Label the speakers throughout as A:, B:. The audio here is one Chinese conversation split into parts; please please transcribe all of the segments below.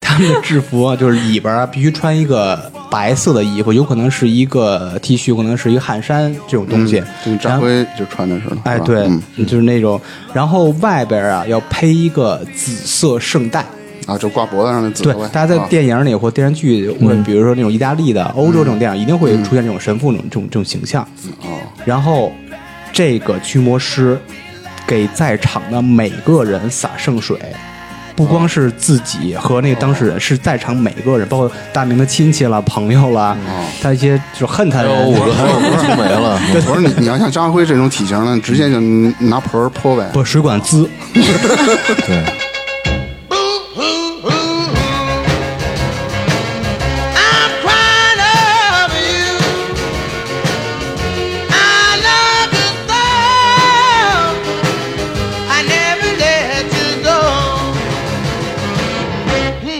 A: 他们的制服啊，就是里边儿啊必须穿一个白色的衣服，有可能是一个 T 恤，可能是一个汗衫这种东西。
B: 就跟
A: 然
B: 张
A: 后
B: 辉就穿的似的。
A: 哎，
B: 嗯是吧
A: 对
B: 嗯，
A: 就是那种，然后外边啊要配一个紫色圣代，
B: 啊，就挂脖子上的紫
A: 对
B: 色嗯呗。，
A: 大家在
B: 啊
A: 电影里或电视剧，或者比如说那种意大利的、欧洲这
B: 嗯
A: 种电影，一定会出现这种神父这种这种这种形象。
B: 哦，
A: 然后，这个驱魔师给在场的每个人洒圣水，不光是自己和那个当事人，是在场每个人，包括大明的亲戚啦、朋友啦，
C: 哦
A: 他一些就恨他的
C: 哎
D: 还有我
A: 人，
D: 还有吴青梅了，
B: 我说你你要像张辉这种体型呢，直接就拿盆儿泼呗。
A: 不水管滋。
D: 对，
E: Boo hoo hoo hoo. I'm crying over you. I love you so. I never let you go.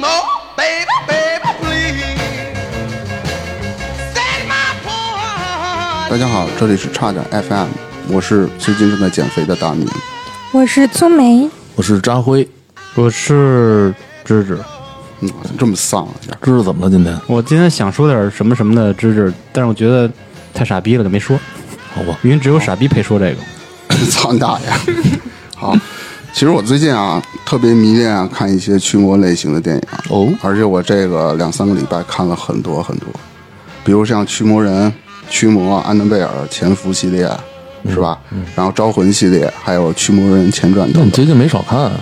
E: Oh, baby, baby, please. Set my
B: 大
E: poor heart.
B: 家好，这里是差点 FM，我是最近正在减肥的大明。
F: 我是粗梅，
D: 我是张辉，
C: 我是芝芝，
B: 嗯，这么丧啊，
D: 知道怎么了今天？
C: 我今天想说点什么什么的芝芝，但是我觉得太傻逼了，就没说。
D: 好吧，
C: 因为只有傻逼配说这个。
B: 操你大爷！好，其实我最近啊特别迷恋啊看一些驱魔类型的电影啊
D: 哦
B: 而且我这个两三个礼拜看了很多很多，比如像《驱魔人》《驱魔》《安德贝尔》《潜伏》系列，是吧？然后《招魂》系列，还有《驱魔人前传》
D: 那
B: 等等，
D: 你最近没少看啊？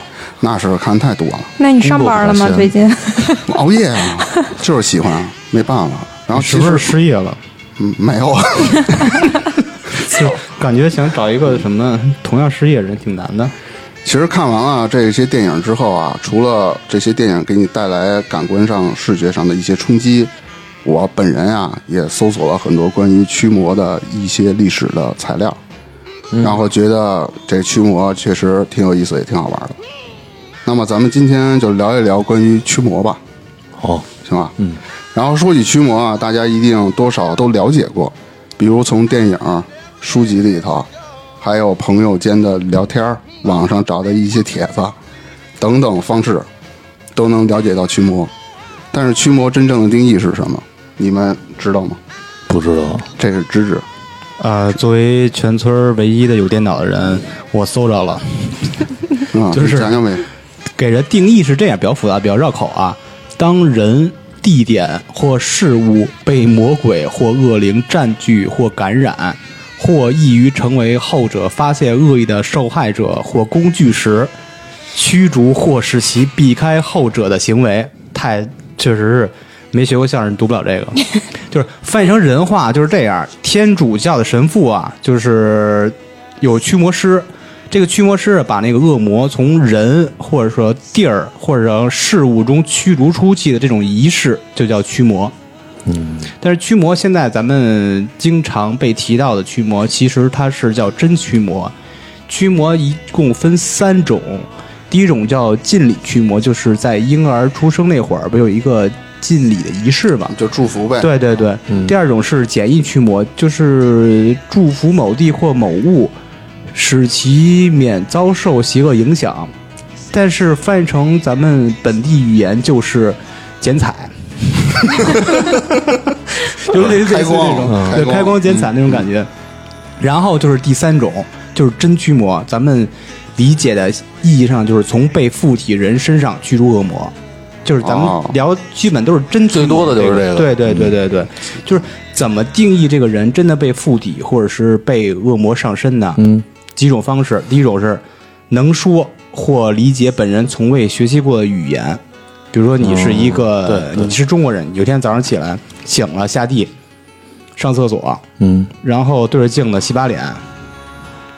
B: 那是看太多了，
F: 那你上班了吗？
D: 工作不
F: 最
D: 太
F: 近
B: 我熬夜啊，就是喜欢，没办法。然后
C: 是
B: 其
C: 不是
B: 实
C: 失业了？
B: 嗯没有，
C: 感觉想找一个什么同样失业人挺难的。
B: 其实看完了这些电影之后啊，除了这些电影给你带来感官上、视觉上的一些冲击，我本人啊也搜索了很多关于驱魔的一些历史的材料，然后觉得这驱魔确实挺有意思，也挺好玩的。那么咱们今天就聊一聊关于驱魔吧，
D: 好，
B: 行吧？嗯。然后说起驱魔啊，大家一定多少都了解过，比如从电影、书籍里头，还有朋友间的聊天儿、网上找的一些帖子等等方式，都能了解到驱魔。但是驱魔真正的定义是什么？你们知道吗？
D: 不知道，
B: 这是知识。
C: 呃，作为全村唯一的有电脑的人，我搜着了，
B: 啊、嗯，
C: 就是
B: 讲讲呗。
A: 给人定义是这样，比较复杂，比较绕口啊。当人、地点或事物被魔鬼或恶灵占据或感染，或易于成为后者发泄恶意的受害者或工具时，驱逐或使其避开后者的行为，太确实是没学过相声，读不了这个。就是翻译成人话就是这样。天主教的神父啊，就是有驱魔师，这个驱魔师把那个恶魔从人或者说地儿或者事物中驱逐出去的这种仪式，就叫驱魔。嗯，但是驱魔现在咱们经常被提到的驱魔，其实它是叫真驱魔。驱魔一共分三种，第一种叫禁礼驱魔，就是在婴儿出生那会儿不有一个禁礼的仪式嘛？
B: 就祝福呗。，嗯
A: 对对对，第二种是简易驱魔，就是祝福某地或某物，使其免遭受邪恶影响。但是翻译成咱们本地语言就是剪 彩，就类似于
B: 开
A: 这
B: 光
A: 种
B: 嗯
A: 对
B: 开光嗯
A: 开光剪彩那种感觉。然后就是第三种，就是真驱魔，咱们理解的意义上就是从被附体人身上驱逐恶魔，就是咱
B: 哦
A: 们聊基本都是真驱
D: 最多的就是这个
A: 对对对对对，就是怎么定义这个人真的被附体或者是被恶魔上身呢？
D: 嗯，
A: 几种方式，第一种是能说或理解本人从未学习过的语言，比如说你是一个、
D: 哦对对
A: 你是中国人，有天早上起来醒了下地上厕所，
D: 嗯，
A: 然后对着镜子洗把脸，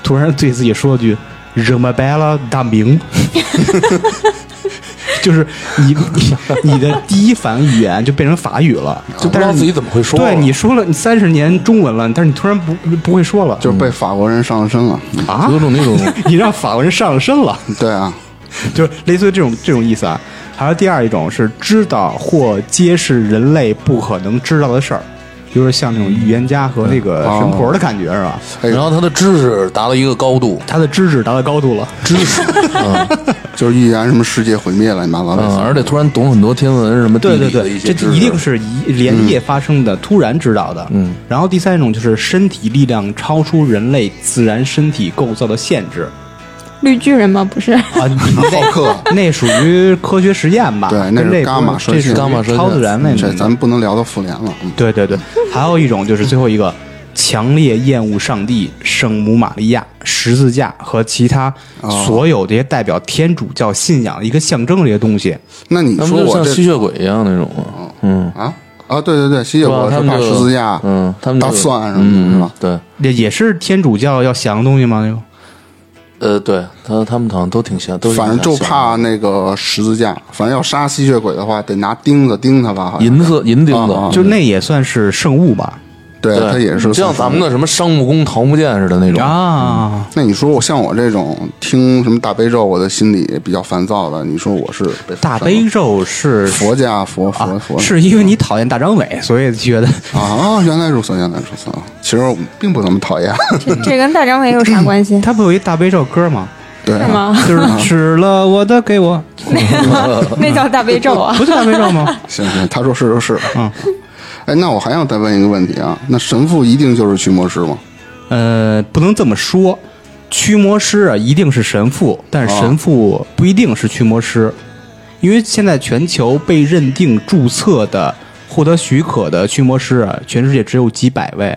A: 突然对自己说了句“惹么白了大明”，就是你你你的第一反应语言就变成法语了，
D: 就
A: 就
D: 不知
A: 但
D: 道
A: 是
D: 自
A: 你
D: 己怎么会说了。啊
A: 对你说了你三十年中文了，但是你突然不不会说了，
B: 就是被法国人上身了。嗯
A: 啊
D: 有种那种
A: 你让法国人上了身了，
B: 对啊，
A: 就是类似于这种这种意思啊。还有第二一种是知道或揭示人类不可能知道的事儿，就是像那种预言家和那个神婆的感觉是吧？
B: 哎呦
D: 然后他的知识达到一个高度，
A: 他的知识达到高度了。
D: 知识，嗯，
B: 就是预言什么世界毁灭乱七八糟
D: 嗯，
B: 的。
D: 而且突然懂很多天文什么地
A: 对对
D: 理的
A: 对，
D: 一些
A: 这
D: 知识
A: 一定是一连夜发生的，突然知道的。
D: 嗯，
A: 然后第三种就是身体力量超出人类自然身体构造的限制
F: 绿巨人吗？不是，
A: 啊，你
B: 浩克，
A: 那属于科学实验吧？
B: 对那
A: 跟
B: 是
A: 这
B: 伽马
A: 不
B: 射线
A: 这是
D: 伽马射线
A: 啊超自然那
B: 这
A: 种
B: 咱
A: 的。
B: 们不能聊到复联了。嗯
A: 对对对，还有一种就是最后一个，强烈厌恶上帝、圣母玛利亚、十字架和其他
B: 哦
A: 所有这些代表天主教信仰的一个象征的这些东西。
B: 那你
D: 他
B: 说
D: 们就
B: 我
D: 像
B: 这
D: 吸血鬼一样那种啊，嗯，
B: 啊啊，对对对，吸血
D: 是吧
B: 鬼
D: 他
B: 是
D: 们
B: 怕
D: 就
B: 十字架，
D: 嗯，他们就
B: 大蒜什么的
D: 嗯，
B: 是吧？
D: 对，
A: 也也是天主教要想的东西吗？那个
D: 呃，对他他们好像都挺像，都是
B: 反正就
D: 挺像
B: 怕那个十字架，反正要杀吸血鬼的话，得拿钉子钉他吧，好像
D: 银子银钉子
B: 啊啊，
A: 就那也算是圣物吧？
B: 对
D: 对，
B: 他也是
D: 就像咱们的什么商务宫、桃木剑似的那
B: 哦
D: 种，
A: 啊，
B: 那你说我像我这种听什么大悲咒，我的心里比较烦躁的，你说我是被
A: 大
B: 上
A: 悲
B: 了
A: 咒是
B: 佛家佛佛
A: 啊
B: 佛，
A: 是因为你讨厌大张伟，所以觉得？
B: 啊，原来如此，原来如此。啊其实我并不怎么讨厌，
F: 这这跟大张伟有啥关系
A: 他不有一大悲咒歌吗？
B: 对啊
F: 是吗？
A: 就 是吃了我的给我，
F: 那叫大悲咒啊！
A: 不叫大悲咒吗？
B: 行行，他说是就是。
A: 嗯，
B: 哎，那我还想再问一个问题啊，那神父一定就是驱魔 师吗？
A: 呃，不能这么说。驱魔师啊，一定是神父，但是神父不一定是驱魔师，因为现在全球被认定注册的、获得许可的驱魔师啊，全世界只有几百位。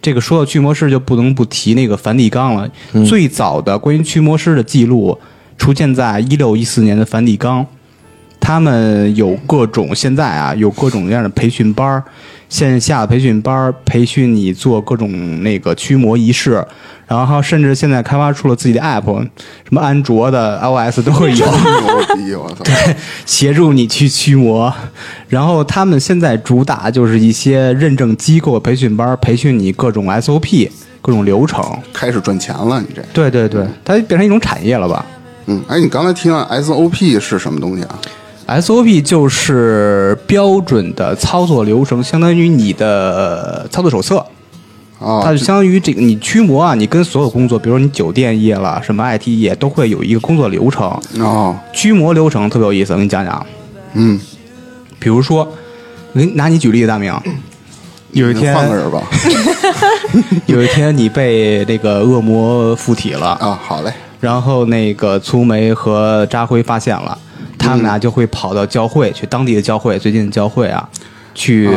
A: 这个说到驱魔师，就不能不提那个梵蒂冈了。最早的关于驱魔师的记录出现在一六一四年的梵蒂冈，他们有各种现在啊，有各种各样的培训班儿，线下的培训班儿培训你做各种那个驱魔仪式，然后甚至现在开发出了自己的 app，什么安卓的、iOS 都会有。
B: 牛逼，我操！
A: 协助你去驱魔。然后他们现在主打就是一些认证机构培训班，培训你各种 SOP、各种流程。
B: 开始赚钱了，你这，
A: 对对对，它变成一种产业了吧
B: 嗯，哎，你刚才提到 SOP 是什么东西啊？
A: ？SOP 就是标准的操作流程，相当于你的呃操作手册。它
B: 啊
A: 就，相当于这个你驱魔啊，你跟所有工作，比如说你酒店业了，什么 IT 业，都会有一个工作流程。
B: 哦，
A: 驱魔流程特别有意思，我给你讲讲。
B: 嗯，
A: 比如说，我给你拿你举例，大明，有一天
B: 换个人 吧。
A: 有一天你被那个恶魔附体了，
B: 啊，好嘞，
A: 然后那个粗眉和扎辉发现了，他们俩就会跑到教会，去当地的教会，最近的教会啊，去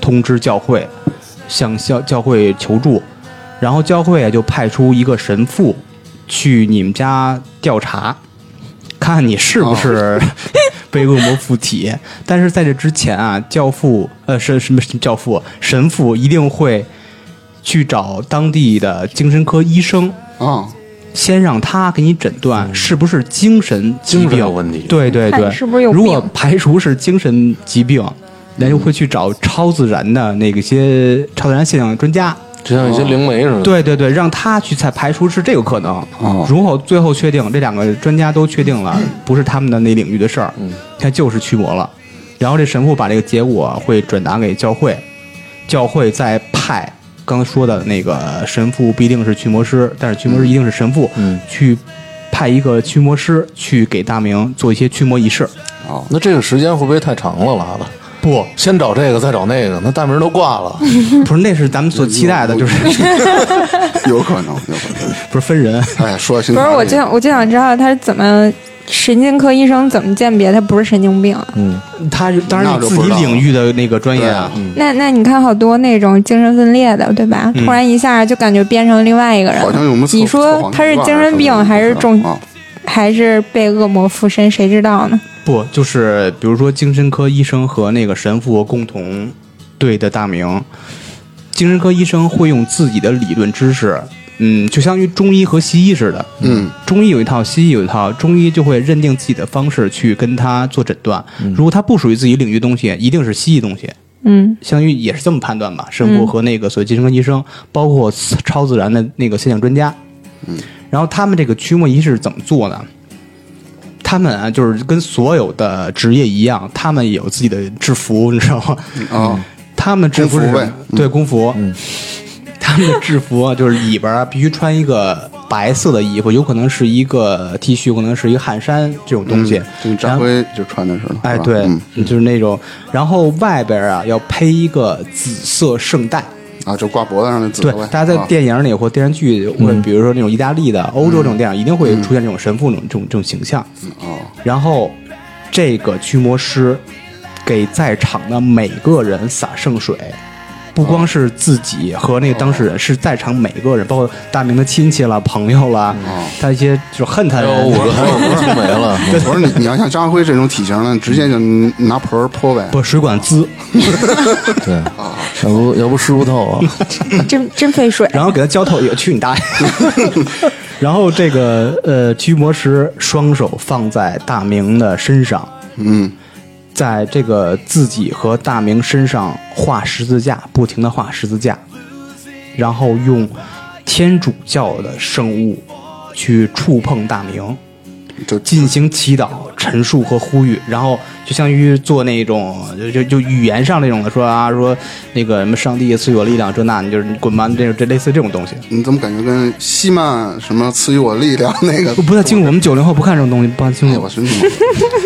A: 通知教会，向教教会求助，然后教会就派出一个神父去你们家调查，看看你是不是 被恶魔附体。但是在这之前啊，教父呃神什么教父神父一定会去找当地的精神科医生，
B: 啊，
A: 先让他给你诊断是不是精神疾病
D: 嗯精神有问题
A: 对对
F: 看
A: 对，
F: 你是不是有
A: 如果
F: 病
A: 排除是精神疾病，那就会去找超自然的那个些超自然现象专家。
D: 就像一些灵媒似的。，
A: 对对对，让他去才排除是这个可能。
B: 哦
A: 如果最后确定这两个专家都确定了不是他们的那领域的事儿，他就是驱魔了。然后这神父把这个结果会转达给教会，教会再派刚才说的那个神父不一定是驱魔师，但是驱魔师一定是神父，
D: 嗯
A: 去派一个驱魔师去给大明做一些驱魔仪式。
B: 哦，
D: 那这个时间会不会太长了？拉的，
A: 不，
D: 先找这个，再找那个，那大名都挂了。
A: 不是，那是咱们所期待的，就是
B: 有可能，有可能。
A: 不是分人。
B: 哎，说到心
F: 不是，
B: 坎
F: 我
B: 里
F: 就我就想知道他是怎么神经科医生怎么鉴别他不是神经病啊？
D: 嗯，
A: 他是当然
B: 那
A: 有
B: 就
A: 自
B: 不
A: 己
B: 知道了
A: 领域的那个专业啊，
F: 那那你看好多那种精神分裂的，对吧？突然一下就感觉变成另外一个人了。
B: 嗯好像我们测
F: 你说他是精神病还是重
B: 啊？
F: 还是被恶魔附身，谁知道呢？
A: 不，就是比如说精神科医生和那个神父共同对的大名，精神科医生会用自己的理论知识，嗯，就相当于中医和西医似的，
B: 嗯，
A: 中医有一套，西医有一套，中医就会认定自己的方式去跟他做诊断。如果他不属于自己领域的东西，一定是西医东西。
F: 嗯，
A: 相当于也是这么判断吧，神父和那个所谓精神科医生，包括超自然的那个现象专家，嗯，然后他们这个驱魔仪式怎么做呢？他们啊，就是跟所有的职业一样，他们也有自己的制服， 你知道吗？
B: 啊，
A: 嗯他们制服是
B: 工服呗嗯
A: 对工服，他们的制服啊，就是里边啊必须穿一个白白色的衣服，有可能是一个 T 恤，有可能是一个汗衫这种东西。
B: 嗯就跟
A: 然
B: 张
A: 后
B: 辉就穿的似的，
A: 哎，
B: 是吧
A: 对
B: 嗯，
A: 就是那种，然后外边啊要配一个紫色圣代，
B: 啊，就挂脖子上的紫
A: 对
B: 色，呗，
A: 大家在
B: 啊嗯
A: 电影里或电视剧，或者比如说那种意大利的、欧洲这种电影，一定会出现这种神父这种这种这种形象。
B: 哦，
A: 然后这个驱魔师给在场的每个人洒圣水，不
B: 哦
A: 光是自己和那个当事人，是在场每个人，包括大明的亲戚啦、朋友啦，
B: 哦
A: 他一些就恨他
D: 还
B: 哎
A: 的
D: 有
A: 人，
D: 我还有我听没 了，
A: 嗯
B: 我说你你要像张辉这种体型呢，直接就拿盆儿泼呗，
A: 不水管滋，
D: 对，要不要不湿不透啊？
F: 真真费水。
A: 然后给他浇透，也去你大爷！然后这个呃，驱魔师双手放在大明的身上，
B: 嗯，
A: 在这个自己和大明身上画十字架，不停的画十字架，然后用天主教的圣物去触碰大明，
B: 就
A: 进行祈祷、陈述和呼吁，然后就相当于做那种就就就语言上那种的说啊说那个什么上帝赐予我力量这那，你就是你滚吧，这这类似这种东西。
B: 你怎么感觉跟西曼什么赐予我力量那个
A: 我不太清楚，我们九零后不看这种东西，不太清
B: 哎，
A: 楚
B: 我。真他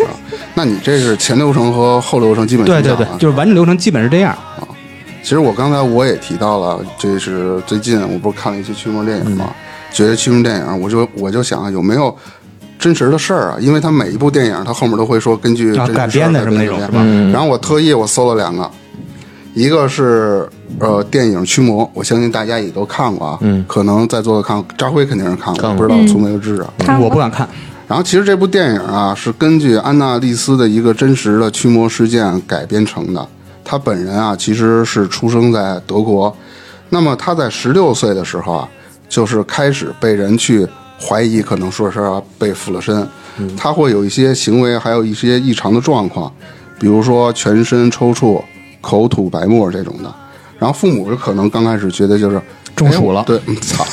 B: 妈啊那你这是前流程和后流程基本
A: 对对
B: 相
A: 对
B: 像啊，
A: 就是完整流程基本是这样。
B: 其实我刚才我也提到了，这是最近我不是看了一些驱魔电影
A: 嗯
B: 吗？觉得驱魔电影，我就我就想有没有真实的事儿啊？因为它每一部电影，它后面都会说根据
A: 啊
B: 真实
A: 改编的
B: 事儿
A: 什么那
B: 改编
A: 种
B: 什么
D: 嗯
B: 然后我特意我搜了两个，一个是呃电影《驱魔》，我相信大家也都看过啊。嗯，可能在座的看，张辉肯定是看过，
D: 看
B: 不
D: 过
A: 嗯
B: 知道从没有知道。
F: 看
A: 我
F: 过
A: 不敢看，
B: 然后其实这部电影啊是根据安娜丽丝的一个真实的驱魔事件改编成的。她本人啊其实是出生在德国，那么她在十六岁的时候啊，就是开始被人去怀疑，可能说是啊被附了身，她会有一些行为，还有一些异常的状况，比如说全身抽搐、口吐白沫这种的。然后父母可能刚开始觉得就是
A: 中暑了
B: 哎我对，操。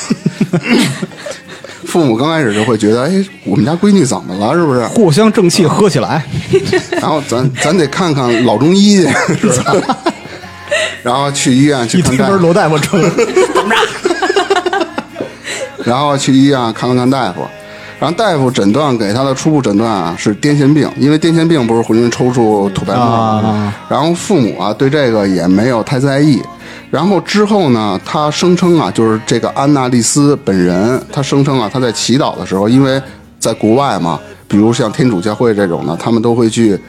B: 父母刚开始就会觉得，哎，我们家闺女怎么了？是不是？
A: 藿香正气喝起来。
B: 然后咱咱得看看老中医去，是吧？然后去医院去
A: 一推
B: 看大
A: 门
B: 夫，
A: 罗大夫冲，
B: 然后去医院看了看大夫，然后大夫诊断给他的初步诊断啊是癫痫病，因为癫痫病不是浑身抽搐吐白沫吗，
A: 啊
B: 然后父母啊对这个也没有太在意。然后之后呢，他声称啊，就是这个安娜丽丝本人，他声称啊，他在祈祷的时候，因为在国外嘛，比如像天主教会这种的，他们都会去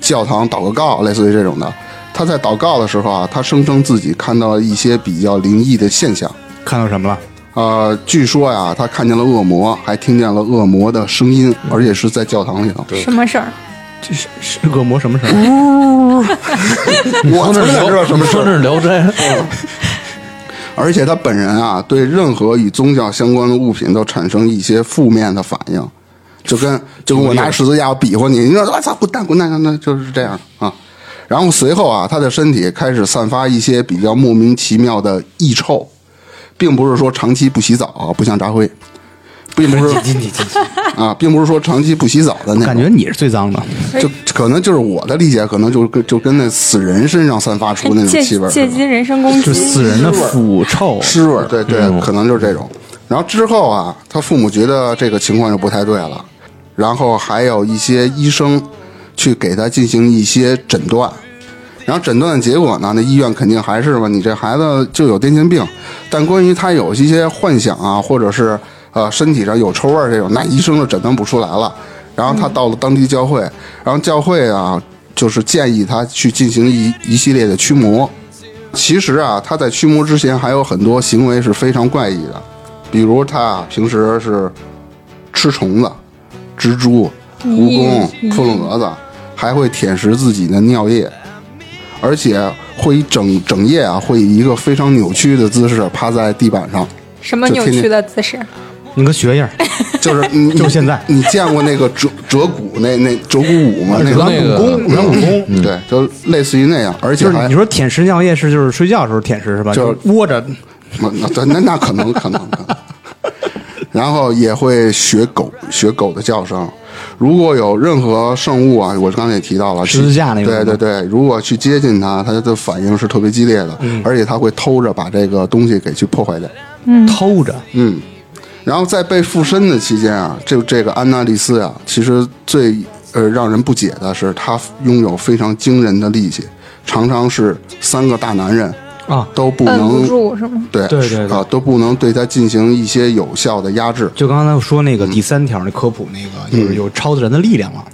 B: 教堂祷个告，类似于这种的。他在祷告的时候啊，他声称自己看到了一些比较灵异的现象。
A: 看到什么了？
B: 呃，据说呀，他看见了恶魔，还听见了恶魔的声音，而且是在教堂里头。
F: 什么事儿？
A: 这是是恶魔什么事儿？
B: 我怎么想知道什么事
D: 说
B: 儿？
D: 那是聊斋，
B: 而且他本人啊，对任何与宗教相关的物品都产生一些负面的反应，就跟就跟我拿十字架比划你，你说我操，滚蛋滚蛋，那就是这样啊。然后随后啊，他的身体开始散发一些比较莫名其妙的异臭，并不是说长期不洗澡啊，不像扎辉，并不 是啊，并不是说长期不洗澡的那种
A: 感觉你是最脏的。
B: 就可能就是我的理解，可能就跟就跟那死人身上散发出那种
F: 哎借
B: 气味儿，
F: 借机人身攻
A: 就
F: 击，
A: 死人的腐臭，
B: 尸味儿，对对，可能就是这种。然后之后啊，他父母觉得这个情况就不太对了，然后还有一些医生去给他进行一些诊断，然后诊断的结果呢，那医院肯定还是吧，你这孩子就有癫痫病，但关于他有一些幻想啊，或者是呃身体上有臭味儿这种，那医生就诊断不出来了。然后他到了当地教会，然后教会啊，就是建议他去进行一一系列的驱魔。其实啊，他在驱魔之前还有很多行为是非常怪异的，比如他啊平时是吃虫子、蜘蛛、蜈
A: 嗯
B: 蚣、扑棱蛾子，还会舔食自己的尿液，而且会一整整夜啊，会以一个非常扭曲的姿势趴在地板上，
F: 什么扭曲的姿势？
A: 你个学样儿。
B: 就是 你
A: 就现在啊
B: 你见过那个折折骨那那折骨舞吗？那
D: 折那
B: 个
D: 个
B: 武功，软武功，对，就类似于那样，而
A: 嗯
B: 且
A: 就是
B: 还
A: 你说舔食尿液是就是睡觉的时候舔食是吧？
B: 就是
A: 窝着，
B: 那那那那可能可能可能。然后也会学狗学狗的叫声。如果有任何圣物啊，我刚才也提到了
A: 十字架那个
B: 对对对，如果去接近它，它的反应是特别激
A: 嗯
B: 烈的，而且它会偷着把这个东西给去破坏掉。
A: 偷着，
B: 嗯，然后在被附身的期间啊，这这个安娜丽丝啊，其实最呃让人不解的是，她拥有非常惊人的力气，常常是三个大男人
A: 啊
B: 都不
F: 摁不
B: 能
F: 住是吗？
B: 对
A: 对对对
B: 啊都不能对她进行一些有效的压制。
A: 就刚才说那个第三条那科普那个，就是有超自然的力量了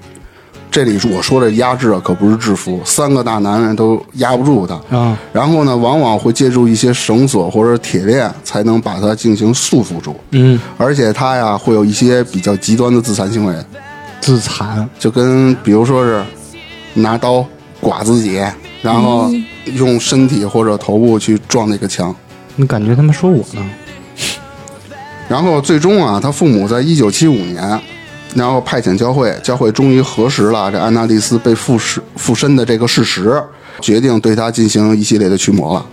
B: 这里我说的压制啊，可不是制服，三个大男人都压不住她。
A: 啊，
B: 然后呢，往往会借助一些绳索或者铁链，才能把它进行束缚住。
A: 嗯，
B: 而且他呀，会有一些比较极端的自残行为，
A: 自残
B: 就跟比如说是拿刀剐自己，然后用身体或者头部去撞那个墙。
A: 你感觉他们说我呢？
B: 然后最终啊，他父母在一九七五年，然后派遣教会，教会终于核实了这安娜丽丝被附身附身的这个事实，决定对她进行一系列的驱魔了。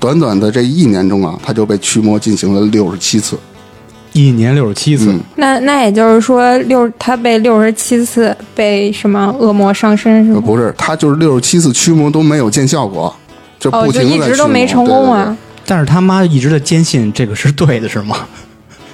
B: 短短的这一年中啊，她就被驱魔进行了六十七次。
A: 一年六十七次，
B: 嗯
F: 那那也就是说六他被六十七次被什么恶魔上身是
B: 呃
F: 吗？
B: 不是，她就是六十七次驱魔都没有见效果，就
F: 哦，
B: 不
F: 就
B: 停的
F: 一直都没成功啊。
A: 但是他妈一直在坚信这个是对的，是吗？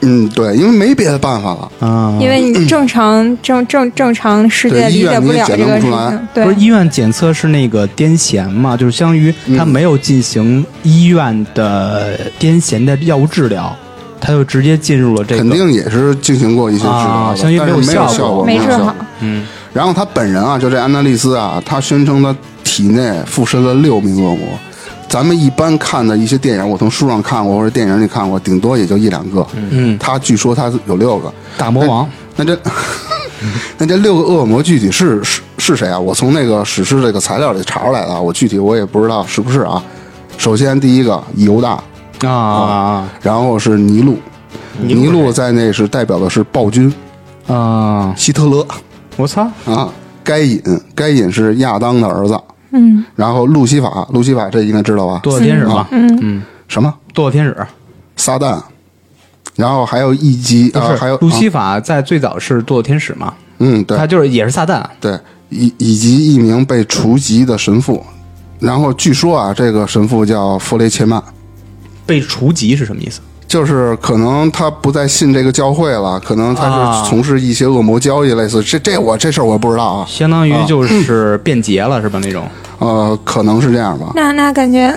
B: 嗯，对，因为没别的办法了。
A: 啊，
F: 因为你正常正正正常世界
B: 嗯对医
F: 理
B: 院
F: 解
B: 你也
F: 了
B: 解
F: 这
B: 弄
F: 个
B: 不
F: 事
B: 出来
F: 情，
A: 不是
F: 对
A: 医院检测是那个癫痫嘛，就是相当于他没有进行医院的癫痫的药物治疗，他就直接进入了这个。
B: 肯定也是进行过一些治疗
A: 啊
B: 的，
A: 相当于
B: 但
A: 没
B: 是
A: 有
B: 没
A: 效
B: 有效
A: 果
B: 果，
F: 没
B: 有
F: 治
B: 效
F: 好
B: 果。然后他本人啊，就这安娜丽丝啊，他宣称他体内附身了六名恶魔。咱们一般看的一些电影，我从书上看过或者电影里看过，顶多也就一两个。
A: 嗯，
B: 他据说他有六个，
A: 大魔王
B: 那 这那这六个恶魔具体是是是谁啊？我从那个史诗这个材料里查出来的啊，我具体我也不知道是不是啊。首先第一个犹大，
A: 啊
B: 然后是尼禄，尼禄在那是代表的是暴君
A: 啊！
B: 希特勒
A: 我操，
B: 啊。该隐，该隐是亚当的儿子，
F: 嗯，
B: 然后路西法，路西法这应该知道吧？
A: 堕落天使嘛
B: 啊，什么
A: 堕落天使
B: 撒旦，然后还有一级
A: 不
B: 啊，
A: 是
B: 还有
A: 路西
B: 啊
A: 法在最早是堕落天使嘛，
B: 嗯，对
A: 他就是也是撒旦，
B: 对，以以及一名被除籍的神父，然后据说啊，这个神父叫弗雷切曼，
A: 被除籍是什么意思？
B: 就是可能他不再信这个教会了，可能他
A: 啊
B: 是从事一些恶魔交易，类似这这我这事儿我不知道啊，
A: 相当于就是变节了是吧？那种
B: 呃，可能是这样吧，
F: 那那感觉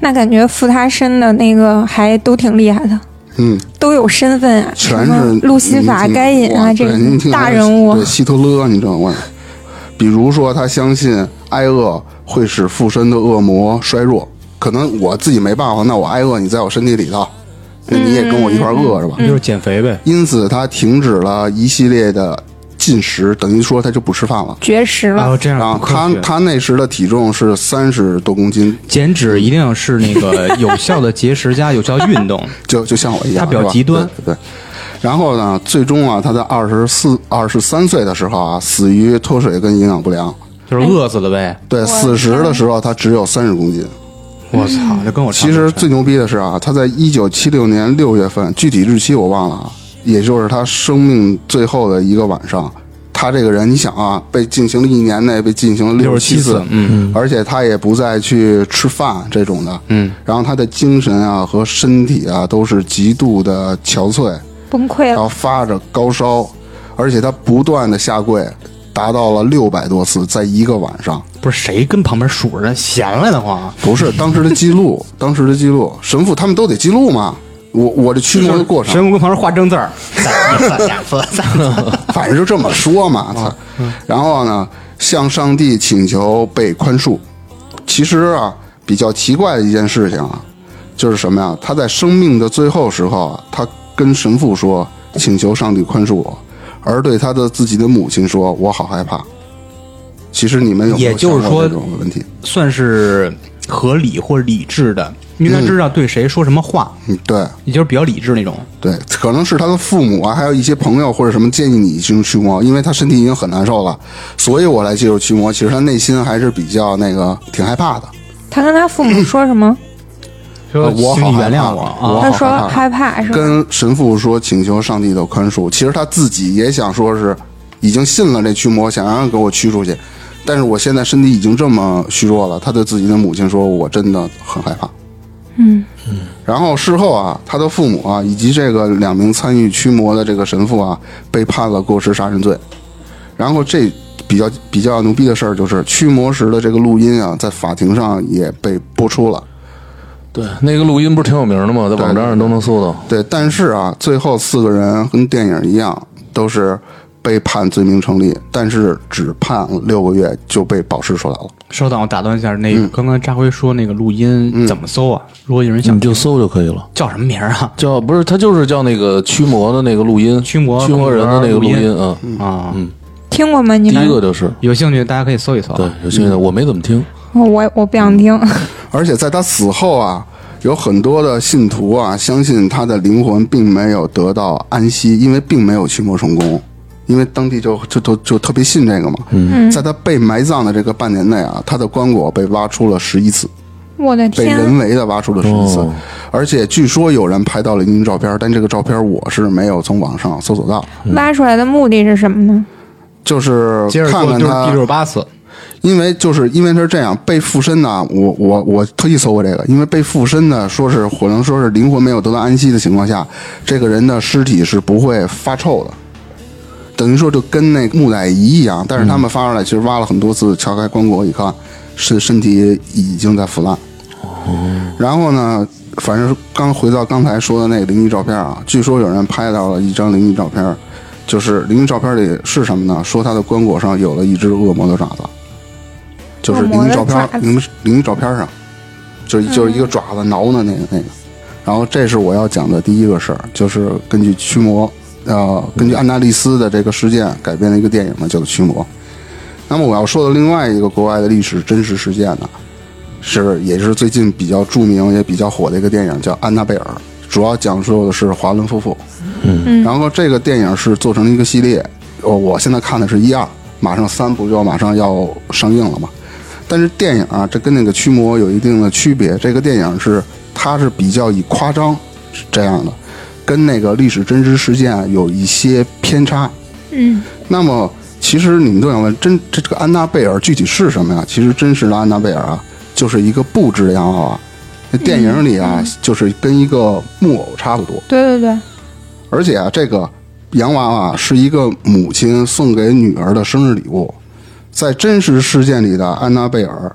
F: 那感觉附他身的那个还都挺厉害的。
B: 嗯，
F: 都有身份啊，
B: 全
F: 什么
B: 是
F: 路西法、
B: 您听
F: 该隐啊，
B: 哇
F: 这
B: 对您听
F: 大
B: 他
F: 人物
B: 对，希特勒，你知道吗？比如说，他相信挨饿会使附身的恶魔衰弱，可能我自己没办法，那我挨饿，你在我身体里头，那你也跟我一块儿饿是
F: 嗯
B: 吧？
A: 就是减肥呗。
B: 因此，他停止了一系列的进食，等于说他就不吃饭了。
F: 绝食
A: 然
F: 了
A: 后。啊这样
B: 然后
A: 不科
B: 啊他
A: 学
B: 他那时的体重是三十多公斤，
A: 减脂一定要是那个有效的节食加有效运 动，
B: 就就像我一样，
A: 他比较
B: 是吧
A: 极端
B: 对对对然后呢，最终啊，他在二十四、二十三岁的时候啊，死于脱水跟营养不良。
A: 就是饿死了呗。
B: 对，四十的时候他只有三十公斤。
A: 我操，就跟我差
B: 其
A: 不多
B: 实最牛逼的是啊，他在一九七六年六月份，具体日期我忘了啊，也就是他生命最后的一个晚上。他这个人，你想啊，被进行了一年内被进行了六
A: 67
B: 七
A: 次嗯，
B: 而且他也不再去吃饭这种的，
A: 嗯，
B: 然后他的精神啊和身体啊都是极度的憔悴，
F: 崩溃
B: 然
F: 了，
B: 后发着高烧，而且他不断的下跪，达到了六百多次，在一个晚上。
A: 不是谁跟旁边数着闲来的慌，啊
B: 不是当时的记录，当时的记录，神父他们都得记录嘛。我我这驱魔的过程，
A: 神武跟旁边画正字儿，三次两次三次，
B: 反正就这么说
A: 嗯
B: 嘛。操，然后呢，向上帝请求被宽恕。其实啊，比较奇怪的一件事情啊，就是什么呀？他在生命的最后时候啊，他跟神父说，请求上帝宽恕我，而对他的自己的母亲说，我好害怕。其实你们有没有
A: 也就是
B: 想过
A: 说
B: 这种问题？
A: 算是合理或理智的，因为他知道对谁说什么话，
B: 嗯，对。
A: 也就是比较理智那种。
B: 对，可能是他的父母啊，还有一些朋友或者什么建议你去驱魔，因为他身体已经很难受了，所以我来接受驱魔。其实他内心还是比较那个挺害怕的。
F: 他跟他父母说什么？
A: 说
B: 呃我
A: 请
B: 好
A: 你
B: 害
A: 原
B: 怕
A: 谅我
B: 我
A: 啊，
F: 他
B: 哦好
F: 说
B: 害怕
F: 害怕是吧？
B: 跟神父说请求上帝的宽恕，其实他自己也想说是已经信了这驱魔，想让给我驱出去，但是我现在身体已经这么虚弱了，他对自己的母亲说，我真的很害怕。
F: 嗯，
B: 然后事后啊，他的父母啊，以及这个两名参与驱魔的这个神父啊，被判了过失杀人罪。然后这比较比较牛逼的事儿就是，驱魔时的这个录音啊，在法庭上也被播出了。
D: 对，那个录音不是挺有名的吗？在网站上都能搜到。
B: 对，但是啊，最后四个人跟电影一样，都是被判罪名成立，但是只判六个月就被保释出来了。
A: 稍等，我打断一下，那个刚刚扎辉说那个录音怎么搜啊？如果有人想
D: 你就搜就可以了。
A: 叫什么名儿啊？
D: 叫不是，他就是叫那个驱魔的那个录音，
A: 驱魔
D: 驱魔人的那个录
A: 公园
D: 音啊。
A: 啊，
F: 听过吗？你
D: 第
F: 们
D: 一个就是
A: 有兴趣大家可以搜一搜啊。
D: 对，有兴趣的我没怎么听，
F: 哦我我不想听。
B: 而且在他死后啊，有很多的信徒啊，相信他的灵魂并没有得到安息，因为并没有驱魔成功。因为当地就就就就特别信这个嘛，嗯、在他被埋葬的这个半年内啊，他的棺椁被挖出了十一次，
F: 我的
B: 被
F: 天，
B: 人为的挖出了十一次，
D: 哦
B: 而且据说有人拍到了阴影照片，但这个照片我是没有从网上搜索到，
F: 挖出来的目的是什么呢？
B: 就是
A: 接着
B: 看
A: 说
B: 看
A: 就是第
B: 他
A: 六十八次，
B: 因为就是因为他是这样被附身呢，我我我特意搜过这个，因为被附身呢，说是可能说是灵魂没有得到安息的情况下，这个人的尸体是不会发臭的，等于说就跟那木乃伊一样。但是
A: 嗯
B: 他们发出来，其实挖了很多次，敲开棺椁啊一看，身身体已经在腐烂。然后呢，反正刚回到刚才说的那个灵异照片啊，据说有人拍到了一张灵异照片，就是灵异照片里是什么呢？说他的棺椁上有了一只恶魔的爪子，就是灵异照
F: 恶魔的爪
B: 片
F: 子嗯
B: 灵灵异照片上，就是就是一个爪子挠的那个那个。然后这是我要讲的第一个事儿，就是根据驱魔，呃，根据安娜丽丝的这个事件改编的一个电影呢，叫做《驱魔》。那么我要说的另外一个国外的历史真实事件呢，是也是最近比较著名也比较火的一个电影，叫《安娜贝尔》，主要讲述的是华伦夫妇。嗯，然后这个电影是做成了一个系列，我我现在看的是一二，马上三不就马上要上映了嘛。但是电影啊，这跟那个驱魔有一定的区别。这个电影是它是比较以夸张是这样的，跟那个历史真实事件啊有一些偏差。
F: 嗯，
B: 那么，其实你们都想问，真这这个安娜贝尔具体是什么呀？其实真实的安娜贝尔啊，就是一个布置的洋娃娃。那电影里啊，就是跟一个木偶差不多。
F: 对对对，
B: 而且啊，这个洋娃娃是一个母亲送给女儿的生日礼物。在真实事件里的安娜贝尔，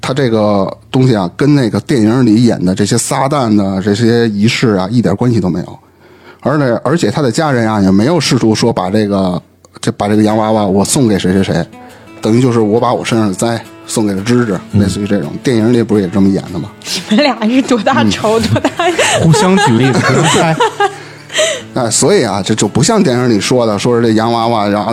B: 她这个东西啊，跟那个电影里演的这些撒旦的这些仪式啊，一点关系都没有。而且而且，她的家人啊，也没有试图说把这个这把这个洋娃娃我送给谁谁谁，等于就是我把我身上的灾送给了芝芝，类似于这种。电影里不是也这么演的吗？
F: 你们俩是多大仇、
B: 嗯
F: 多大？
A: 互相举例子，互相猜。
B: 哎，所以啊，这就不像电影里说的，说是这洋娃娃，然后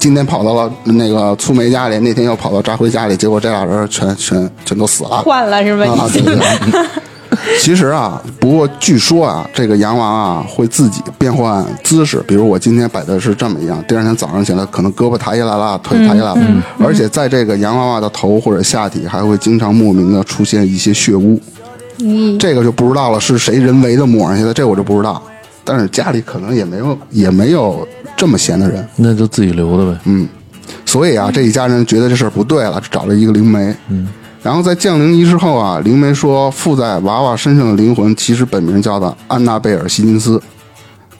B: 今天跑到了那个粗梅家里，那天又跑到扎辉家里，结果这俩人全全全都死了。
F: 换了是吧？
B: 啊，对对对。 其实啊，不过据说啊，这个洋娃娃会自己变换姿势，比如我今天摆的是这么一样，第二天早上起来可能胳膊抬起来了，腿抬起来了，而且在这个洋娃娃的头或者下体还会经常莫名的出现一些血污，
F: 咦
B: 这个就不知道了，是谁人为的抹上去的，这我就不知道。但是家里可能也没有也没有这么闲的人，
D: 那就自己留的呗。
B: 嗯所以啊，这一家人觉得这事儿不对了，找了一个灵媒。嗯，然后在降临仪式后啊，灵媒说附在娃娃身上的灵魂其实本名叫做安娜贝尔希金斯。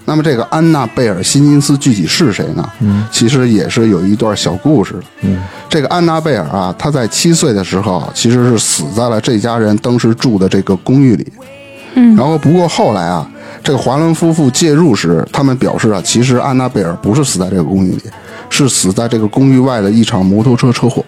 B: 那么这个安娜贝尔希金斯具体是谁呢？嗯，其实也是有一段小故事的。嗯，这个安娜贝尔啊，她在七岁的时候其实是死在了这家人当时住的这个公寓里。嗯，然后不过后来啊，这个华伦夫妇介入时，他们表示啊，其实安娜贝尔不是死在这个公寓里，是死在这个公寓外的一场摩托车车祸。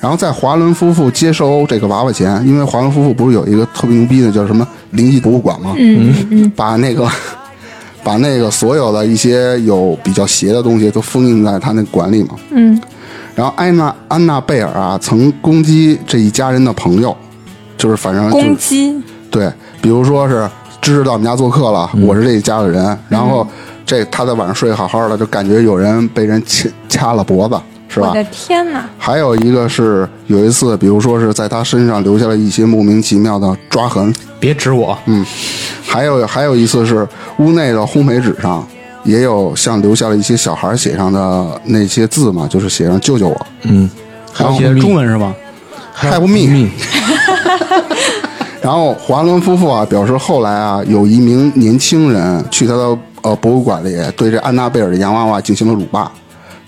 B: 然后在华伦夫妇接收这个娃娃前，因为华伦夫妇不是有一个特别牛逼的叫什么灵异博物馆吗？嗯嗯，把那个 把那个所有的一些有比较邪的东西都封印在他那馆里嘛。
F: 嗯，
B: 然后安娜安娜贝尔啊，曾攻击这一家人的朋友，就是反正就是
F: 攻击
B: 对，比如说是芝芝到我们家做客了，我是这一家的人，然后这他在晚上睡得好好的，就感觉有人被人掐掐了脖子，是
F: 我
B: 吧
F: 的？天哪！
B: 还有一个是有一次，比如说是在他身上留下了一些莫名其妙的抓痕，
A: 别指我，
D: 嗯
B: 还有还有一次是屋内的烘焙纸上也有像留下了一些小孩写上的那些字嘛，就是写上救救我，
D: 嗯，
A: 还有写的中文是吗？
B: 害不密， 然后华伦夫妇啊表示，后来啊有一名年轻人去他的呃博物馆里对这安娜贝尔的洋娃娃进行了辱骂，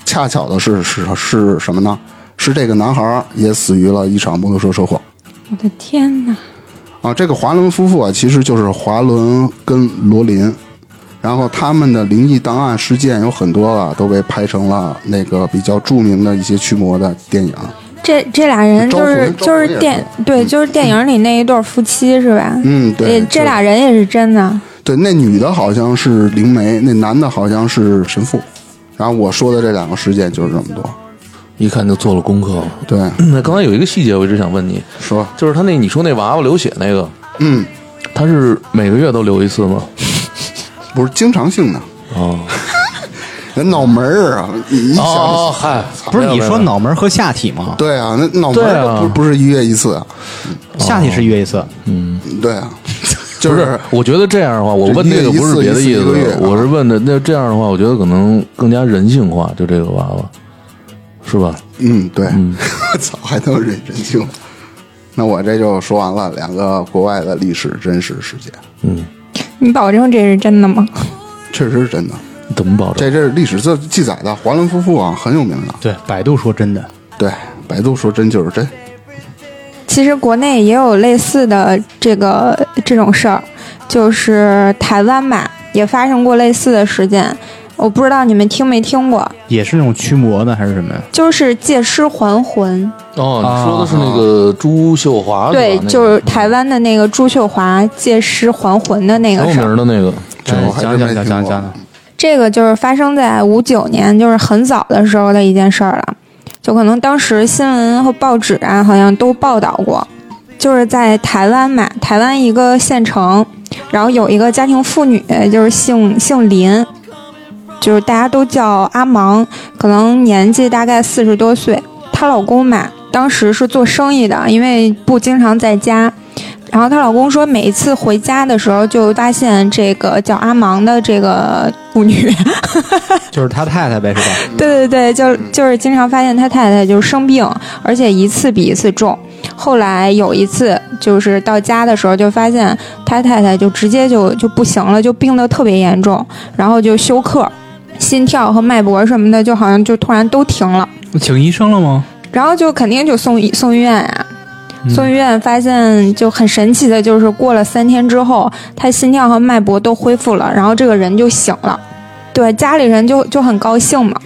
B: 恰巧的是是是什么呢？是这个男孩也死于了一场摩托车车祸。
F: 我的天哪！
B: 啊，这个华伦夫妇啊，其实就是华伦跟罗琳，然后他们的灵异档案事件有很多啊了，都被拍成了那个比较著名的一些驱魔的电影。
F: 这这俩人
B: 招
F: 就
B: 魂
F: 是
B: 招
F: 就
B: 魂
F: 是
B: 也
F: 电对，就是电影里那一对夫妻是吧？
B: 嗯对
F: 也
B: 是
F: 这俩人也是真的。
B: 对，那女的好像是灵媒，那男的好像是神父。然后我说的这两个事件就是这么多。
D: 一看就做了功课了。
B: 对，
D: 那刚才有一个细节，我一直想问你，
B: 说
D: 就是他那你说那娃娃流血那个，
B: 嗯，
D: 他是每个月都流一次吗？
B: 不是经常性的，
D: 哦
B: 那脑门儿啊，你一 想，
D: 哦，嗨，
A: 不是你说
D: 没有没有
A: 脑门和下体吗？
B: 对啊，那脑门
D: 对
B: 儿
D: 啊
B: 不、不是一月一次啊，
A: 下体是约一次，
B: 对啊，就
D: 不
B: 是
D: 是，我觉得这样的话，我问
B: 这一
D: 这
B: 个
D: 个不是别的意
B: 一次一个月
D: 思
B: 啊，
D: 我是问的那这样的话，我觉得可能更加人性化，就这个娃娃，是吧？
B: 嗯，对， 操，还能忍人性。那我这就说完了两个国外的历史真实事件，
F: 你保证这是真的吗？
B: 确实是真的，
D: 怎么保证？
B: 这这是历史这记载的。华伦夫妇啊，很有名的，
A: 对，百度说真的，
B: 对，百度说真就是真。
F: 其实国内也有类似的这个这种事儿，就是台湾吧，也发生过类似的事件。我不知道你们听没听过，
A: 也是那种驱魔的还是什么呀？
F: 就是借尸还魂，
D: 哦，你说的是那个朱秀华吧
F: 对
D: 那，个嗯
F: 就是台湾的那个朱秀华借尸还魂的那
D: 很
F: 个
D: 有
F: 事儿。
D: 名的那个，
B: 这我还真
A: 讲
B: 没
A: 讲
B: 听
A: 讲
B: 过
A: 讲讲，
F: 这个就是发生在五九年，就是很早的时候的一件事儿了。就可能当时新闻和报纸啊，好像都报道过，就是在台湾嘛，台湾一个县城，然后有一个家庭妇女，就是姓姓林，就是大家都叫阿芒，可能年纪大概四十多岁。她老公嘛，当时是做生意的，因为不经常在家。然后她老公说，每一次回家的时候，就发现这个叫阿芒的这个妇女，
A: 就是他太太呗，是吧？嗯
F: 对对对，就就是经常发现他太太就是生病，而且一次比一次重。后来有一次，就是到家的时候就发现他太太就直接就就不行了，就病得特别严重，然后就休克，心跳和脉搏什么的就好像就突然都停了，
A: 请医生了吗？
F: 然后就肯定就送医送医院啊。送医院发现就很神奇的，就是过了三天之后，他心跳和脉搏都恢复了，然后这个人就醒了。对，家里人就就很高兴嘛。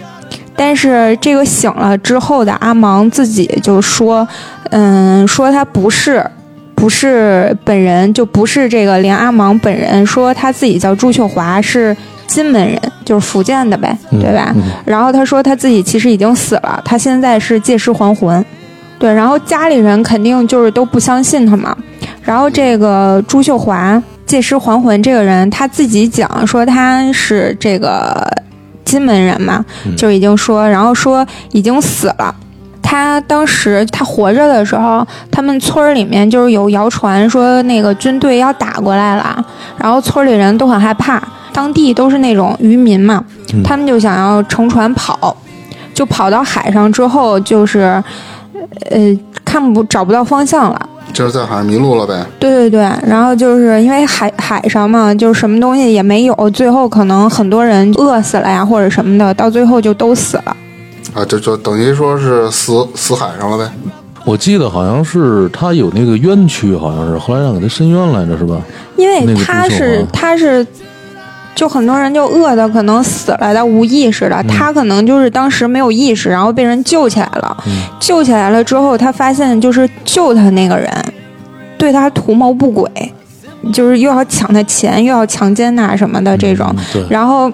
F: 但是这个醒了之后的阿芒自己就说，嗯，说他不是，不是本人，就不是这个连阿芒本人，说他自己叫朱秀华，是金门人，就是福建的呗，对吧？然后他说他自己其实已经死了，他现在是借尸还魂。对，然后家里人肯定就是都不相信他嘛。然后这个朱秀华借尸还魂这个人，他自己讲说他是这个金门人嘛，就已经说，然后说已经死了。他当时他活着的时候，他们村儿里面就是有谣传说那个军队要打过来了，然后村儿里人都很害怕，当地都是那种渔民嘛，他们就想要乘船跑，就跑到海上之后就是，呃，看不找不到方向了。
B: 就是在海上迷路了呗。
F: 对对对，然后就是因为海海上嘛，就是什么东西也没有，最后可能很多人饿死了呀，或者什么的，到最后就都死了。
B: 啊，就就等于说是死死海上了呗。
D: 我记得好像是他有那个冤屈，好像是后来让给他伸冤来着，是吧？
F: 因为
D: 那个
F: 他
D: 不是
F: 是
D: 我
F: 他是，就很多人就饿的可能死了，但无意识
D: 嗯
F: 的，他可能就是当时没有意识，然后被人救起来了，
D: 嗯
F: 救起来了之后，他发现就是救他那个人对他图谋不轨，就是又要抢他钱，又要强奸呐什么的这种，
D: 嗯对，
F: 然后。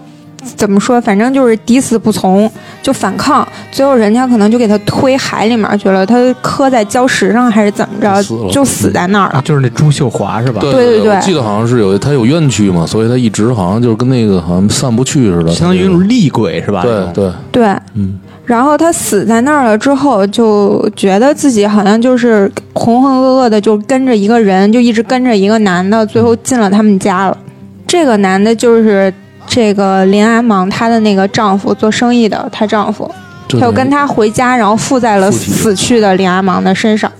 F: 怎么说？反正就是抵死不从，就反抗。最后人家可能就给他推海里面去了，他磕在礁石上还是怎么着，
D: 死了
F: 就死在那儿了。
A: 就是那朱秀华是吧？
D: 对
F: 对对对
D: 啊我记得好像是有他有冤屈嘛，所以他一直好像就是跟那个好像散不去似的，
A: 相当于那种厉鬼是吧？那
D: 对
A: 种，
D: 对，
F: 对，
D: 嗯
F: 然后他死在那儿了之后，就觉得自己好像就是浑浑噩噩的，就跟着一个人，就一直跟着一个男的，最后进了他们家了。这个男的就是这个林阿芒她的那个丈夫，做生意的她丈夫，
D: 就
F: 他
D: 是
F: 就跟她回家，然后附在了
D: 附体
F: 死去的林阿芒的身上。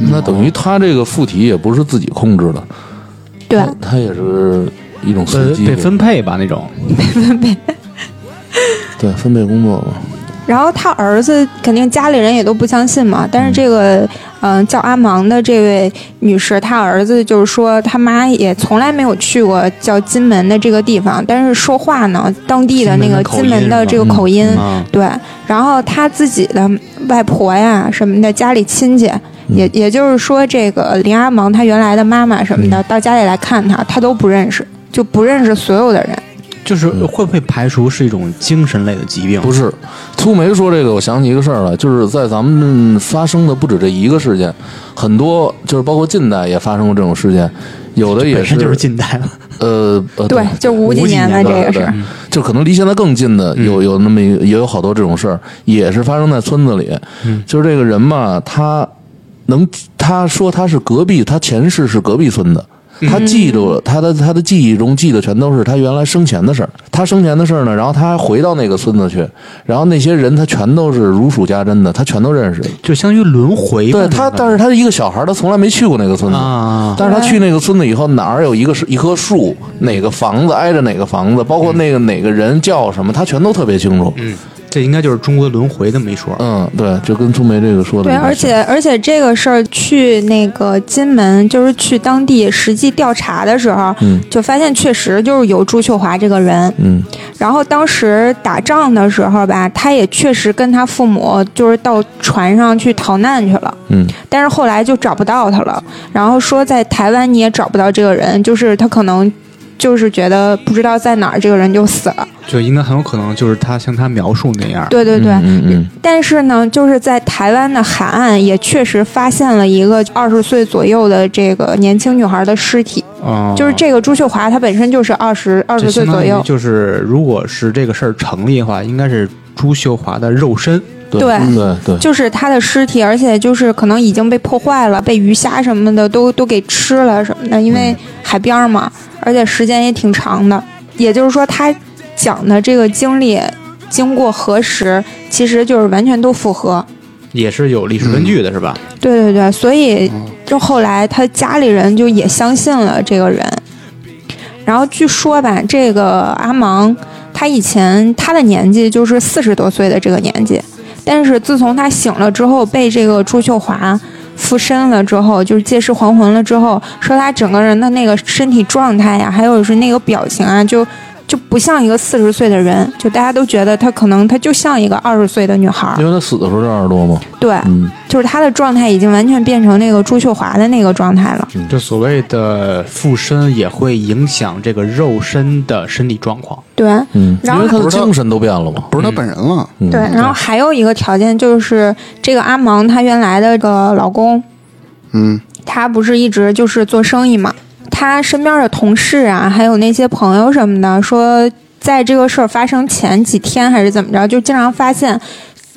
A: 嗯
D: 那等于他这个附体也不是自己控制的，
F: 对，
D: 他也是一种随
A: 呃
D: 机
A: 被
D: 的
A: 分配吧那种，
D: 对分配工作嘛。
F: 然后他儿子肯定家里人也都不相信嘛，但是这个嗯、呃叫阿芒的这位女士，她儿子就是说他妈也从来没有去过叫金门的这个地方，但是说话呢当地的那个
A: 金
F: 金
A: 门
F: 门
A: 的
F: 的
A: 口音
F: 这个口音，
D: 嗯
A: 啊，
F: 对，然后他自己的外婆呀什么的，家里亲戚，
A: 嗯
F: 也也就是说，这个林阿蒙他原来的妈妈什么的，
A: 嗯
F: 到家里来看他，他都不认识，就不认识所有的人。
A: 就是会不会排除是一种精神类的疾病？
D: 不是，粗梅说这个，我想起一个事儿来，就是在咱们发生的不止这一个事件，很多就是包括近代也发生过这种事件，有的也
A: 本身
D: 是
A: 就是近代了，
D: 呃呃
F: 对，就五
A: 五
F: 几
A: 几
F: 年的
A: 年
F: 这
D: 对
F: 个
D: 对
F: 事
D: 对
F: 儿，
D: 就可能离现在更近的，
A: 嗯
D: 有有那么一也有好多这种事儿，也是发生在村子里。
A: 嗯
D: 就是这个人嘛，他能他说他是隔壁，他前世是隔壁村的。
A: 嗯
D: 他记住了，他的他的记忆中记得全都是他原来生前的事儿。他生前的事儿呢，然后他还回到那个村子去，然后那些人他全都是如数家珍的，他全都认识。
A: 就相当于轮回吧。
D: 对他，但是他是一个小孩儿，他从来没去过那个村子。
A: 啊，
D: 但是他
F: 哎
D: 去那个村子以后，哪儿有一个是一棵树，哪个房子挨着哪个房子，包括那个哪个人叫什么，他全都特别清楚。
A: 嗯，这应该就是中国轮回的没说。
D: 嗯，对，就跟朱梅这个说的
F: 对，
D: 一样
F: 而且而且这个事儿去那个金门，就是去当地实际调查的时候，
D: 嗯
F: 就发现确实就是有朱秀华这个人。
D: 嗯，
F: 然后当时打仗的时候吧，他也确实跟他父母就是到船上去逃难去了，
D: 嗯
F: 但是后来就找不到他了。然后说在台湾你也找不到这个人，就是他可能就是觉得不知道在哪儿，这个人就死了。
A: 就应该很有可能就是他像他描述那样，
F: 对对对，
D: 嗯嗯
F: 但是呢，就是在台湾的海岸也确实发现了一个二十岁左右的这个年轻女孩的尸体，
A: 哦
F: 就是这个朱秀华她本身就是二十二
A: 就
F: 十岁
A: 相当
F: 左
A: 于
F: 右，
A: 就是如果是这个事儿成立的话，应该是朱秀华的肉身，
D: 嗯，对
F: 对
D: 对对，
F: 就是她的尸体，而且就是可能已经被破坏了，被鱼虾什么的都都给吃了什么的，
A: 嗯
F: 因为海边儿嘛，而且时间也挺长的。也就是说，她讲的这个经历经过核实，其实就是完全都符合。
A: 也是有历史根据的，是吧？
F: 对对对，所以就后来他家里人就也相信了这个人。然后据说吧，这个阿芒他以前他的年纪就是四十多岁的这个年纪，但是自从他醒了之后，被这个朱秀华附身了之后，就是借尸还魂了之后，说他整个人的那个身体状态呀，还有是那个表情啊，就就不像一个四十岁的人，就大家都觉得他可能他就像一个二十岁的女孩儿
D: 因，为他死的时候是二十多嘛，
F: 对。
D: 嗯，
F: 就是他的状态已经完全变成那个朱秀华的那个状态了。
D: 嗯
A: 就所谓的附身也会影响这个肉身的身体状况。
F: 对，
D: 嗯，因
F: 然后
D: 为他的
B: 不是他
D: 精神都变了嘛，
B: 不是他本人了，
D: 嗯
F: 对，然后还有一个条件就是，这个阿芒她原来的这个老公，
B: 嗯，
F: 他不是一直就是做生意嘛，他身边的同事啊，还有那些朋友什么的，说在这个事儿发生前几天还是怎么着，就经常发现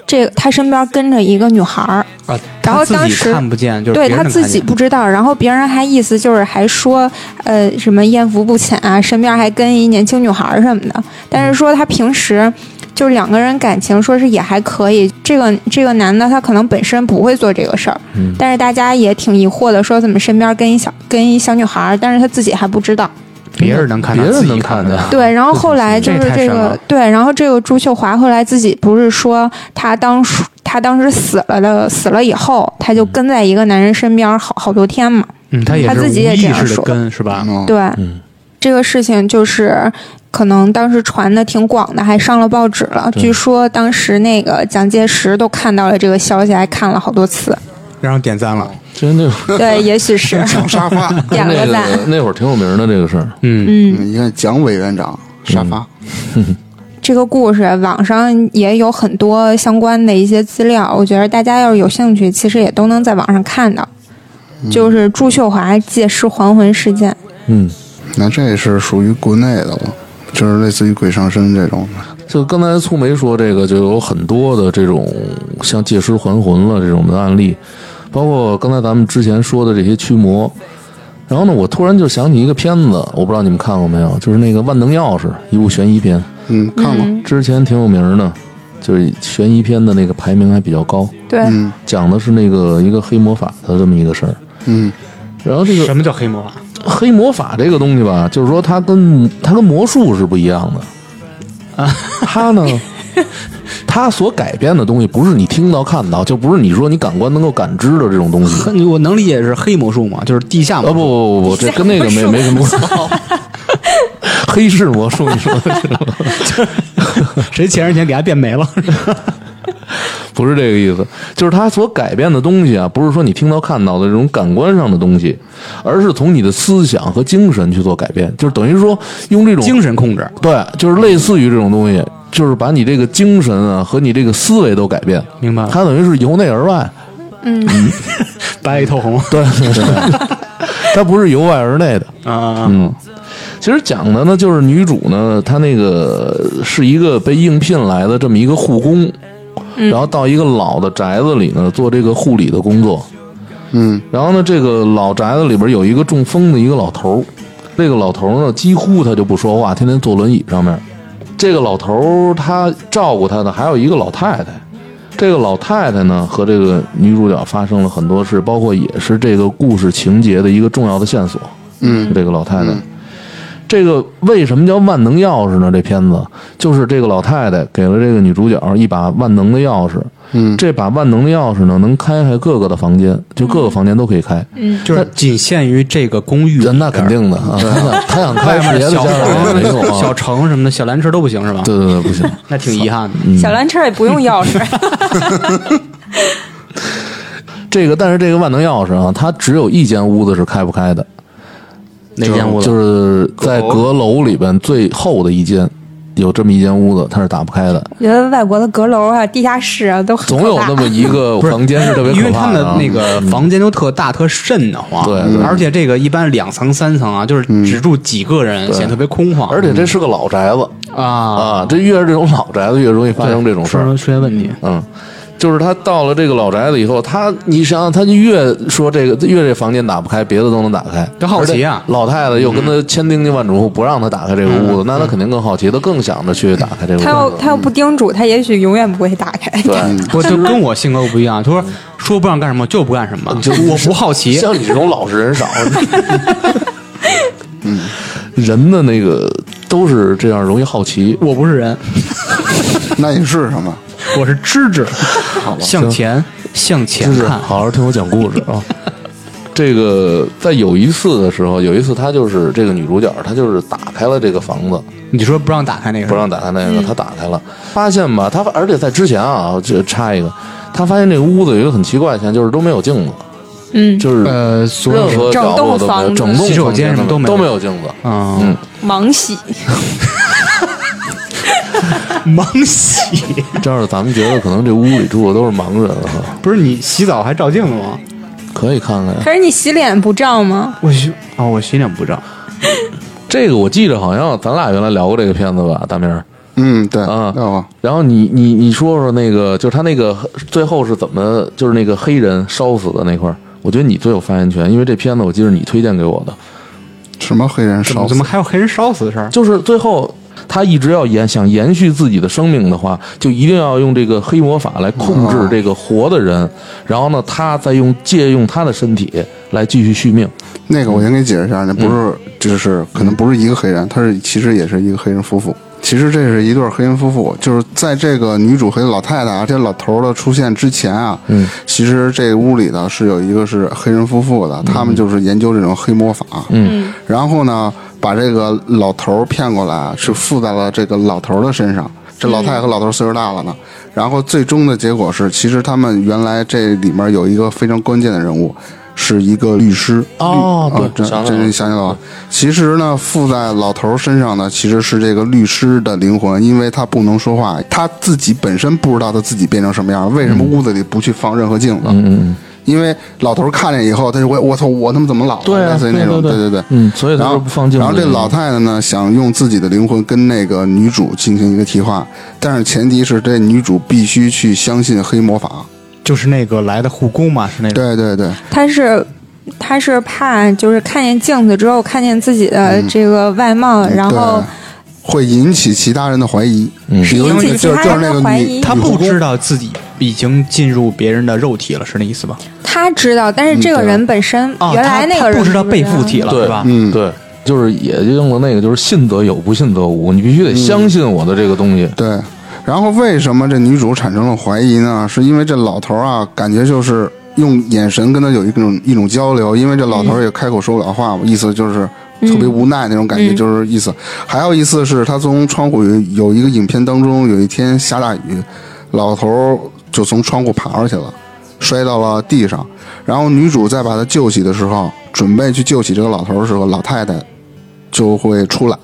F: 这个他身边跟着一个女孩儿，
A: 啊，
F: 然后
A: 他自己
F: 当时
A: 看不见，就是
F: 对
A: 别人
F: 他
A: 能
F: 自
A: 看
F: 己
A: 见
F: 不知道，然后别人还意思就是还说，呃，什么艳福不浅啊，身边还跟一年轻女孩儿什么的。但是
A: 嗯
F: 说他平时就是两个人感情，说是也还可以。这个这个男的他可能本身不会做这个事儿，
D: 嗯
F: 但是大家也挺疑惑的，说怎么身边跟一小跟一小女孩儿，但是他自己还不知道。
A: 别人能看到，
D: 别人
A: 自己
D: 能
A: 看
D: 看
A: 到
D: 见
F: 对，然后后来就
A: 这
F: 是
A: 太
F: 这
A: 深
F: 个
A: 了
F: 对，然后这个朱秀华后来自己不是说她当时她当时死了的，死了以后，她就跟在一个男人身边儿好好多天嘛。
A: 嗯，他也
F: 他
A: 是无
F: 自己也这
A: 意
F: 样
A: 识的
F: 说
A: 跟，是吧？
B: 嗯，
F: 对，
D: 嗯
F: 这个事情就是可能当时传的挺广的，还上了报纸了。
D: 对
F: 据说当时那个蒋介石都看到了这个消息，还看了好多次。
A: 然后点赞了，
D: 其实 那
F: 对，也许是
B: 抢沙 发，
F: 点
D: 那
F: 个赞。
D: 个那会儿挺有名的这个事儿，
A: 嗯，
F: 嗯，
B: 你看蒋委员长沙发，
F: 这个故事网上也有很多相关的一些资料，我觉得大家要是有兴趣，其实也都能在网上看到。就是朱秀华借尸还魂事件，
D: 嗯。
B: 那这是属于国内的了，就是类似于鬼上身这种的，
D: 就刚才粗梅说这个，就有很多的这种像借尸还魂了这种的案例，包括刚才咱们之前说的这些驱魔。然后呢，我突然就想起一个片子，我不知道你们看过没有，就是那个《万能钥匙》，一部悬疑片，
B: 嗯，看过，
D: 之前挺有名的，就是悬疑片的那个排名还比较高，
F: 对，
D: 讲的是那个一个黑魔法的这么一个事儿。
B: 嗯，
D: 然后这个
C: 什么叫黑魔法？
D: 黑魔法这个东西吧，就是说它跟它跟魔术是不一样的啊。它 呢，它所改变的东西不是你听到看到，就不是你说你感官能够感知的这种东西。
A: 黑，我能理解是黑魔术嘛，就是地下
D: 啊
A: 魔
D: 不
A: 术。
D: 不不不，这跟那个没没什么 关系。黑市魔术，你说的是吗？
A: 谁前人前给他变没 了？
D: 不是这个意思，就是它所改变的东西啊，不是说你听到看到的这种感官上的东西，而是从你的思想和精神去做改变，就是等于说用这种
A: 精神控制，
D: 对，就是类似于这种东西，就是把你这个精神啊和你这个思维都改变，
A: 明白了
D: 它等于是由内而外，
A: 白里透红
D: 对 对对，它不是由外而内的。
A: 啊！
D: 嗯，其实讲的呢，就是女主呢，她那个是一个被应聘来的这么一个护工，然后到一个老的宅子里呢做这个护理的工作。
B: 嗯，
D: 然后呢，这个老宅子里边有一个中风的一个老头儿，这个老头儿呢几乎他就不说话，天天坐轮椅上面。这个老头儿他照顾他的还有一个老太太，这个老太太呢和这个女主角发生了很多事，包括也是这个故事情节的一个重要的线索。
B: 嗯，
D: 这个老太太。这个为什么叫万能钥匙呢？这片子就是这个老太太给了这个女主角一把万能的钥匙，
B: 嗯
D: 这把万能的钥匙呢，能开开各个的房间，就各个房间都可以开。
F: 嗯
A: 就是仅限于这个公寓里
D: 那
A: 边，
D: 嗯那肯定的啊，他想他想开
A: 外
D: 别
A: 面的
D: 的家
A: 小
D: 长也没有
A: 小
D: 啊。
A: 城什么的，小蓝车都不行是吧？
D: 对嗯对对，不行。
A: 那挺遗憾的。
F: 小蓝车也不用钥 匙，
D: 这个但是这个万能钥匙啊，它只有一间屋子是开不开的，
A: 哪间屋子？
D: 就是在阁楼里边最后的一间，有这么一间屋子，它是打不开的。
F: 觉得外国的阁楼啊、地下室啊都很
D: 总有
F: 可怕
D: 那么一个
A: 不是
D: 房间是特别可怕的啊，嗯
A: 因为他们的那个房间都特大，特瘆得慌。
D: 对对嗯
A: 而且这个一般两层、三层啊，就是只住几个人，显得特别空旷。
D: 而且这是个老宅子
A: 啊，
D: 啊，这越是这种老宅子，越容易发生这种事
A: 出
D: 儿。
A: 出现问题，
D: 嗯，就是他到了这个老宅子以后，他你想想，他就越说这个越这房间打不开，别的都能打开。
A: 他好奇啊嗯
D: 而且老太太又跟他千叮咛万嘱咐，不让他打开这个屋子，那他肯定更好奇，他更想着去打开这个
F: 他
D: 屋
F: 要
D: 子。
F: 他要不叮嘱，他也许永远不会打开。
D: 对，
A: 不就跟我性格不一样。他说说不让干什么就不干什么，我不好奇。
D: 像你这种老实 人少。嗯，人的那个都是这样，容易好奇。
A: 我不是人，
B: 那你是什么？
A: 我是知知。向前，向前
D: 就是
A: 看。
D: 好好听我讲故事啊。这个在有一次的时候，有一次她就是这个女主角，她就是打开了这个房子，
F: 嗯
A: 你说不让打开那个是吧
D: 不让打开那个，她打开了，发现吧，她而且在之前啊，这插一个，她发现这个屋子有一个很奇怪的现象，就是都没有镜子，
F: 嗯，
D: 就是
A: 呃，所
D: 任
A: 有
D: 何角落都没有，
F: 整栋房子
D: 整栋
A: 洗手
D: 房
A: 间什么
D: 都
A: 都没有
D: 都没有镜子，
A: 啊，
D: 嗯，
F: 盲洗，
A: 盲洗
D: 这样咱们觉得可能这屋里住的都是盲人啊，
A: 不是你洗澡还照镜子吗？
D: 可以看看呀。
F: 可是你洗脸不照吗？
A: 我洗啊，
C: 哦
A: 我洗脸不照。
D: 这个我记着好像咱俩原来聊过这个片子吧，大明儿。
B: 嗯，对，
D: 啊
B: 要不
D: 然后你你你说说那个，就是他那个最后是怎么，就是那个黑人烧死的那块儿，我觉得你最有发言权，因为这片子我记得你推荐给我的，
B: 什么黑人
A: 怎
B: 烧
A: 么
B: 死
A: 怎么还有黑人烧死的事儿？
D: 就是最后他一直要延想延续自己的生命的话，就一定要用这个黑魔法来控制这个活的人，然后呢，他再用借用他的身体来继续续命。
B: 那个我先给你解释一下，那不是，就是可能不是一个黑人，他是其实也是一个黑人夫妇。其实这是一对黑人夫妇，就是在这个女主和老太太啊，这老头儿的出现之前啊，嗯，其实这屋里头是有一个是黑人夫妇的，他们就是研究这种黑魔法，嗯，然后呢，把这个老头儿骗过来，是附在了这个老头儿的身上。这老太太和老头儿岁数大了呢，然后最终的结果是，其实他们原来这里面有一个非常关键的人物，是一个律师，
D: 哦
B: 律啊
D: 对
B: 这
D: 想起
B: 这
D: 来了
B: 你想起来了。其实呢，附在老头儿身上呢，其实是这个律师的灵魂，因为他不能说话，他自己本身不知道他自己变成什么样。为什么屋子里不去放任何镜子？
D: 嗯
B: 因为老头儿看见以后，他就会我操，我他妈怎么老了？
D: 对啊
B: 类似于那种，对
D: 对对对
B: 对。
D: 嗯，所以
B: 然
D: 他
B: 后
D: 就不放镜子。
B: 然后这老太太呢，想用自己的灵魂跟那个女主进行一个替换，但是前提是这女主必须去相信黑魔法。
A: 就是那个来的护工嘛，
D: 嗯
A: 是那种。
B: 对对对，
F: 他是他呃是怕就是看见镜子之后看见自己的这个外貌，然后
B: 会引起其他人的怀疑，
D: 嗯
B: 比如
F: 引
B: 就
F: 起
B: 是
F: 其
B: 就是
F: 他人
B: 那
F: 的
B: 个
F: 怀
B: 女
F: 疑，
B: 她
C: 他不知道自己已经进入别人的肉体了，是那意思吧？
F: 他知道，但是这个人本身
C: 哦，
F: 原来
C: 他
F: 那
C: 他
F: 个人
C: 不知道被附
F: 附
C: 体了，
D: 对
C: 是吧？
B: 嗯
D: 对，就是也应了那个，就是信则有，不信则无。你必须得相信我的这个东西。
B: 对。然后为什么这女主产生了怀疑呢？是因为这老头儿啊，感觉就是用眼神跟她有一种一种交流，因为这老头儿也开口说不了话嘛，意思就是特别无奈那种感觉，就是意思。还有一次是他从窗户有有一个影片当中，有一天下大雨，老头儿就从窗户爬上去了，摔到了地上。然后女主在把他救起的时候，准备去救起这个老头儿的时候，老太太就会出来。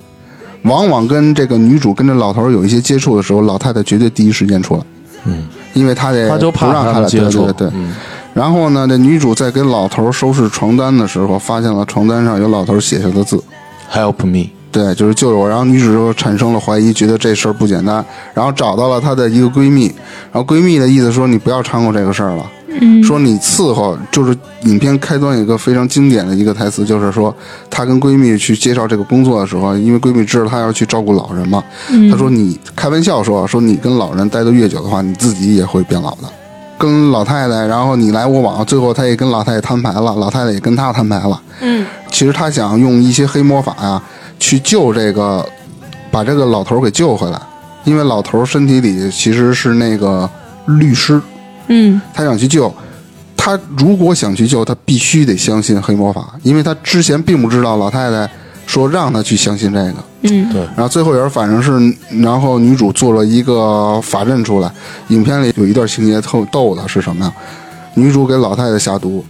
B: 往往跟这个女主跟这老头儿有一些接触的时候，老太太绝对第一时间出来，嗯，因为她得
D: 她就
B: 不
D: 怕
B: 让她
D: 他们
B: 来
D: 接触，
B: 对对对。
D: 嗯
B: 然后呢，这女主在给老头儿收拾床单的时候，发现了床单上有老头儿写下的字，
D: ，Help me，
B: 对，就是救了我。然后女主就产生了怀疑，觉得这事儿不简单，然后找到了她的一个闺蜜，然后闺蜜的意思说你不要掺和这个事儿了，嗯，说你伺候。就是影片开端有一个非常经典的一个台词，就是说她跟闺蜜去介绍这个工作的时候，因为闺蜜知道她要去照顾老人嘛，她说你开玩笑说说你跟老人待得越久的话，你自己也会变老的。跟老太太，然后你来我往，最后她也跟老太太摊牌了，老太太也跟她摊牌了。
F: 嗯，
B: 其实她想用一些黑魔法呀、去救这个，把这个老头儿给救回来，因为老头儿身体里其实是那个律师，
F: 嗯
B: 他想去救。他如果想去救，他必须得相信黑魔法，因为他之前并不知道老太太说让他去相信这个。
F: 嗯
B: 然后最后也是，反正是，然后女主做了一个法阵出来。影片里有一段情节特逗的是什么呀？女主给老太太下毒，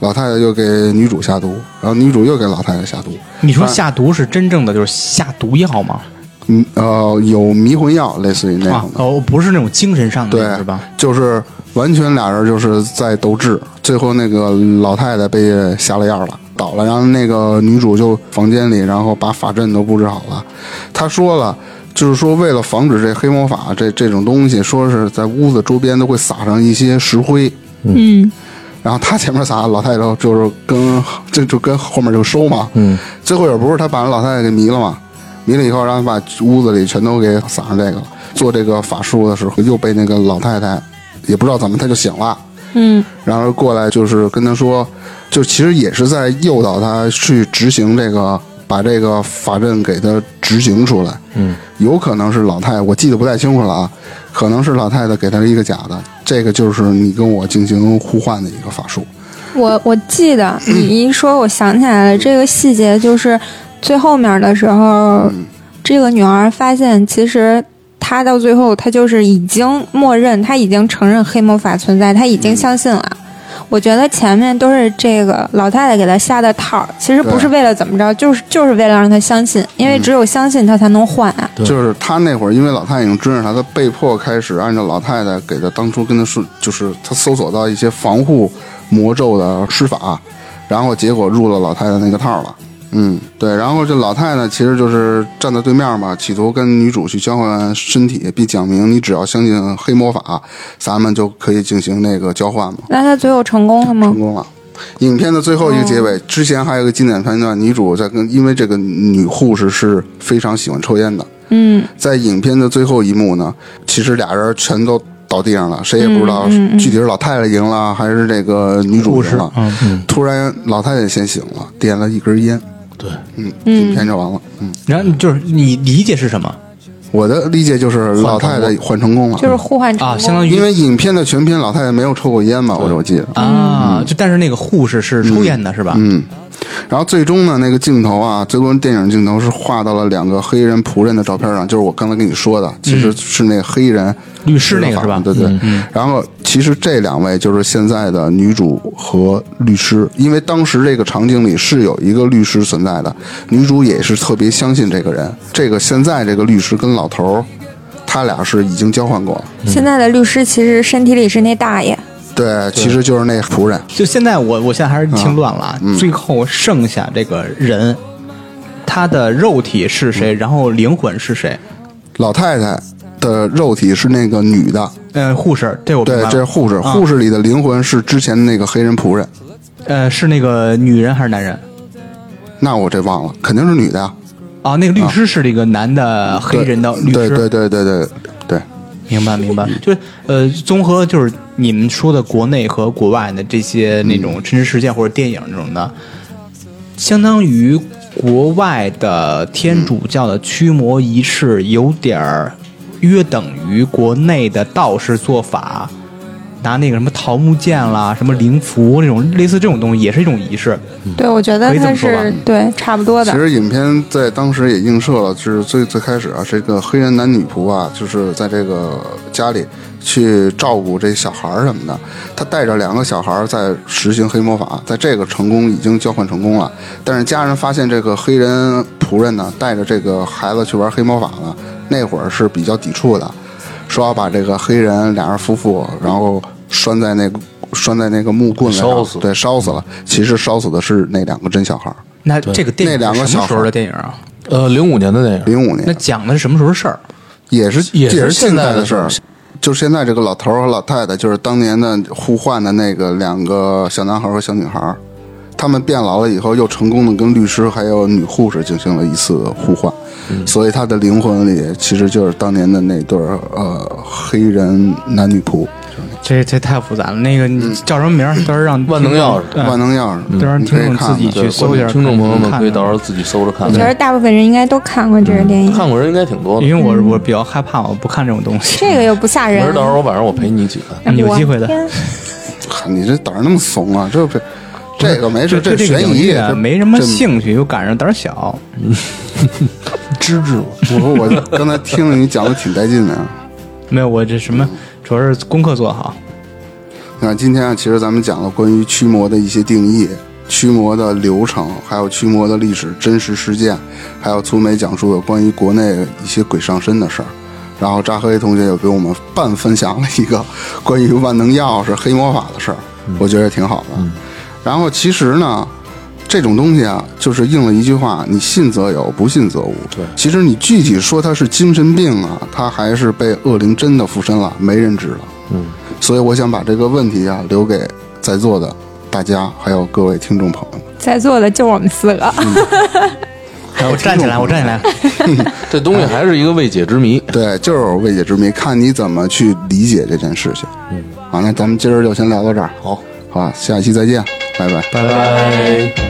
B: 老太太又给女主下毒，然后女主又给老太太下毒。
C: 你说
B: 反
C: 下毒是真正的就是下毒药吗？
B: 嗯呃，有迷魂药，类似于那
C: 啊
B: 种，的，
C: 哦，不是那种精神上的那
B: 对
C: 种，是吧？
B: 就是完全俩人就是在斗智。最后那个老太太被下了药了，倒了，然后那个女主就房间里，然后把法阵都布置好了。她说了。就是说，为了防止这黑魔法这这种东西，说是在屋子周边都会撒上一些石灰，
F: 嗯
B: 然后她前面撒，老太太就是跟这就跟后面就收嘛，
D: 嗯，
B: 最后也不是他把老太太给迷了嘛，迷了以后，然后把屋子里全都给撒上这个了。做这个法术的时候，又被那个老太太也不知道怎么，她就醒了，
F: 嗯
B: 然后过来就是跟她说，就其实也是在诱导她去执行这个，把这个法阵给她执行出来。
D: 嗯，
B: 有可能是老太，我记得不太清楚了啊，可能是老太太给她一个假的，这个就是你跟我进行互换的一个法术。
F: 我我记得 你一说，我想起来了，这个细节就是最后面的时候，
B: 嗯
F: 这个女孩发现其实。她到最后，她就是已经默认，她已经承认黑魔法存在，她已
B: 嗯
F: 经相信了。我觉得前面都是这个老太太给她下的套儿，其实不
B: 对嗯
F: 是为了怎么着，就是就是为了让她相信，因为只有相信她才能换啊。
D: 对
B: 就是他那会儿，因为老太太已经追上他，他被迫开始按照老太太给他当初跟他说，就是他搜索到一些防护魔咒的施法，然后结果入了老太太那个套了。嗯，对，然后这老太太其实就是站在对面嘛，企图跟女主去交换身体，并讲明你只要相信黑魔法，咱们就可以进行那个交换嘛。
F: 那她最后成功了吗
B: 成？功了。影片的最后一个结尾，之前还有一个经典片段，女主在跟因为这个女护士是非常喜欢抽烟的。
F: 嗯，
B: 在影片的最后一幕呢，其实俩人全都倒地上了，谁也不知道具体是老太太赢了还是这个女主赢了。突然，老太太先醒了，点了一根烟。
D: 对，
B: 嗯，影片就完了。嗯，
C: 然后就是你理解是什么
B: 我的理解就是老太太换成功了，
F: 就是互换成功。
C: 啊？相当于
B: 因为影片的全片老太太没有抽过烟嘛，我我记得。
A: 嗯
C: 啊，就但是那个护士是抽烟的是吧？
B: 嗯，然后最终呢，那个镜头啊，最终电影镜头是画到了两个黑人仆人的照片上，就是我刚才跟你说的，其实是那个黑人
C: 嗯律师那个
B: 法
C: 是吧嗯
B: 对对。然后其实这两位就是现在的女主和律师，因为当时这个场景里是有一个律师存在的，女主也是特别相信这个人。这个现在这个律师跟老头儿，他俩是已经交换过了。
C: 嗯
F: 现在的律师其实身体里是那大爷，
B: 对，其实就是那仆人。
C: 就现在我我现在还是听乱了，
B: 嗯
C: 啊最后剩下这个人，他的肉体是谁，
B: 嗯
C: 然后灵魂是谁？
B: 老太太的肉体是那个女的，
C: 呃，护士，这我明白
B: 对，
C: 了
B: 这是护士，
A: 嗯
C: 啊
B: 护士里的灵魂是之前那个黑人仆人，
C: 呃，是那个女人还是男人？
B: 那我这忘了，肯定是女的呀。
A: 啊，那个律师是这个男的黑人的律
B: 对
A: 师，
B: 对对对对对，
A: 明 白明白，就是呃，综合就是你们说的国内和国外的这些那种真实事件或者电影这种的，相当于国外的天主教的驱魔仪式，有点儿约等于国内的道士做法，拿那个什么桃木剑啦、什么灵符那种类似这种东西，也是一种仪式。
F: 对，我觉得
A: 可以这
F: 它
A: 么说吧嗯
F: 是对差不多的
B: 其。实影片在当时也映射了，就是最最开始啊，这个黑人男女仆啊，就是在这个家里去照顾这小孩儿什么的。他带着两个小孩儿在实行黑魔法，在这个成功已经交换成功了。但是家人发现这个黑人仆人呢，带着这个孩子去玩黑魔法了，那会儿是比较抵触的，说要把这个黑人俩人夫妇，然后拴在那个拴在那个木棍子上，
D: 烧死
B: 对，烧死了。其实烧死的是那两个真小孩儿。
A: 那这个电影
B: 那两个
A: 是什么
B: 小
A: 时候
B: 孩
A: 的电影啊？
D: 呃，零五年的电影，
B: 零五年
A: 那，讲的是什么时候的事儿？
B: 也是
D: 也是
B: 是
D: 现
B: 现
D: 在的
B: 的事儿
D: 东西。
B: 就现在这个老头儿和老太太，就是当年的互换的那个两个小男孩儿和小女孩儿，他们变老了以后，又成功的跟律师还有女护士进行了一次互换，
A: 嗯
B: 所以他的灵魂里其实就是当年的那对儿呃黑人男女仆，
A: 这这太复杂了。那个你叫什么名儿？到时候让
D: 万能钥匙
A: 对
B: 嗯万能钥匙，
A: 到时候
B: 你
A: 嗯听
B: 可以
A: 众
B: 看
A: 自己
B: 看。
A: 去
D: 对
A: 搜一下。
D: 听众朋友们
A: 看
D: 可以到时候自己搜着看
F: 我觉得
D: 看。
F: 大部分人应该都看过这
A: 嗯
F: 个电影，
D: 看过人应该挺多的，
A: 因为我我比较害怕，我不看这种东西。嗯
F: 这个又不吓
D: 没
F: 人
D: 事，。到时候我晚上我陪你一起看。
F: 哎
A: 有机会
F: 我
A: 的
F: 天
B: 你这胆儿那么怂啊？这不这个没事，
A: 对这个
B: 悬
A: 领域
B: 疑
A: 啊
B: 这
A: 没什么
B: 这
A: 兴趣，又赶上胆儿小，
D: 芝芝，
B: 我说 我刚才听了你讲的挺带劲的啊。
A: 没有我这什么，主要是功课做好。
B: 那今天啊，其实咱们讲了关于驱魔的一些定义、驱魔的流程，还有驱魔的历史、真实事件，还有粗梅讲述的关于国内一些鬼上身的事儿。然后扎黑同学也给我们半分享了一个关于万能钥匙、黑魔法的事儿，我觉得挺好的。然后其实呢，这种东西啊，就是应了一句话：你信则有，不信则无。对，其实你具体说他是精神病啊，他还是被恶灵真的附身了，没人知道。所以我想把这个问题啊留给在座的大家，还有各位听众朋友们。
F: 在座的就我们四
A: 嗯
F: 个，
A: 我站起来，我站起来。
D: 这东西还是一个未解之谜。
B: 对，就是未解之谜，看你怎么去理解这件事情。嗯，好，那咱们今儿就先聊到这儿。
D: 好，
B: 好吧，下期再见，拜拜。
D: 拜拜。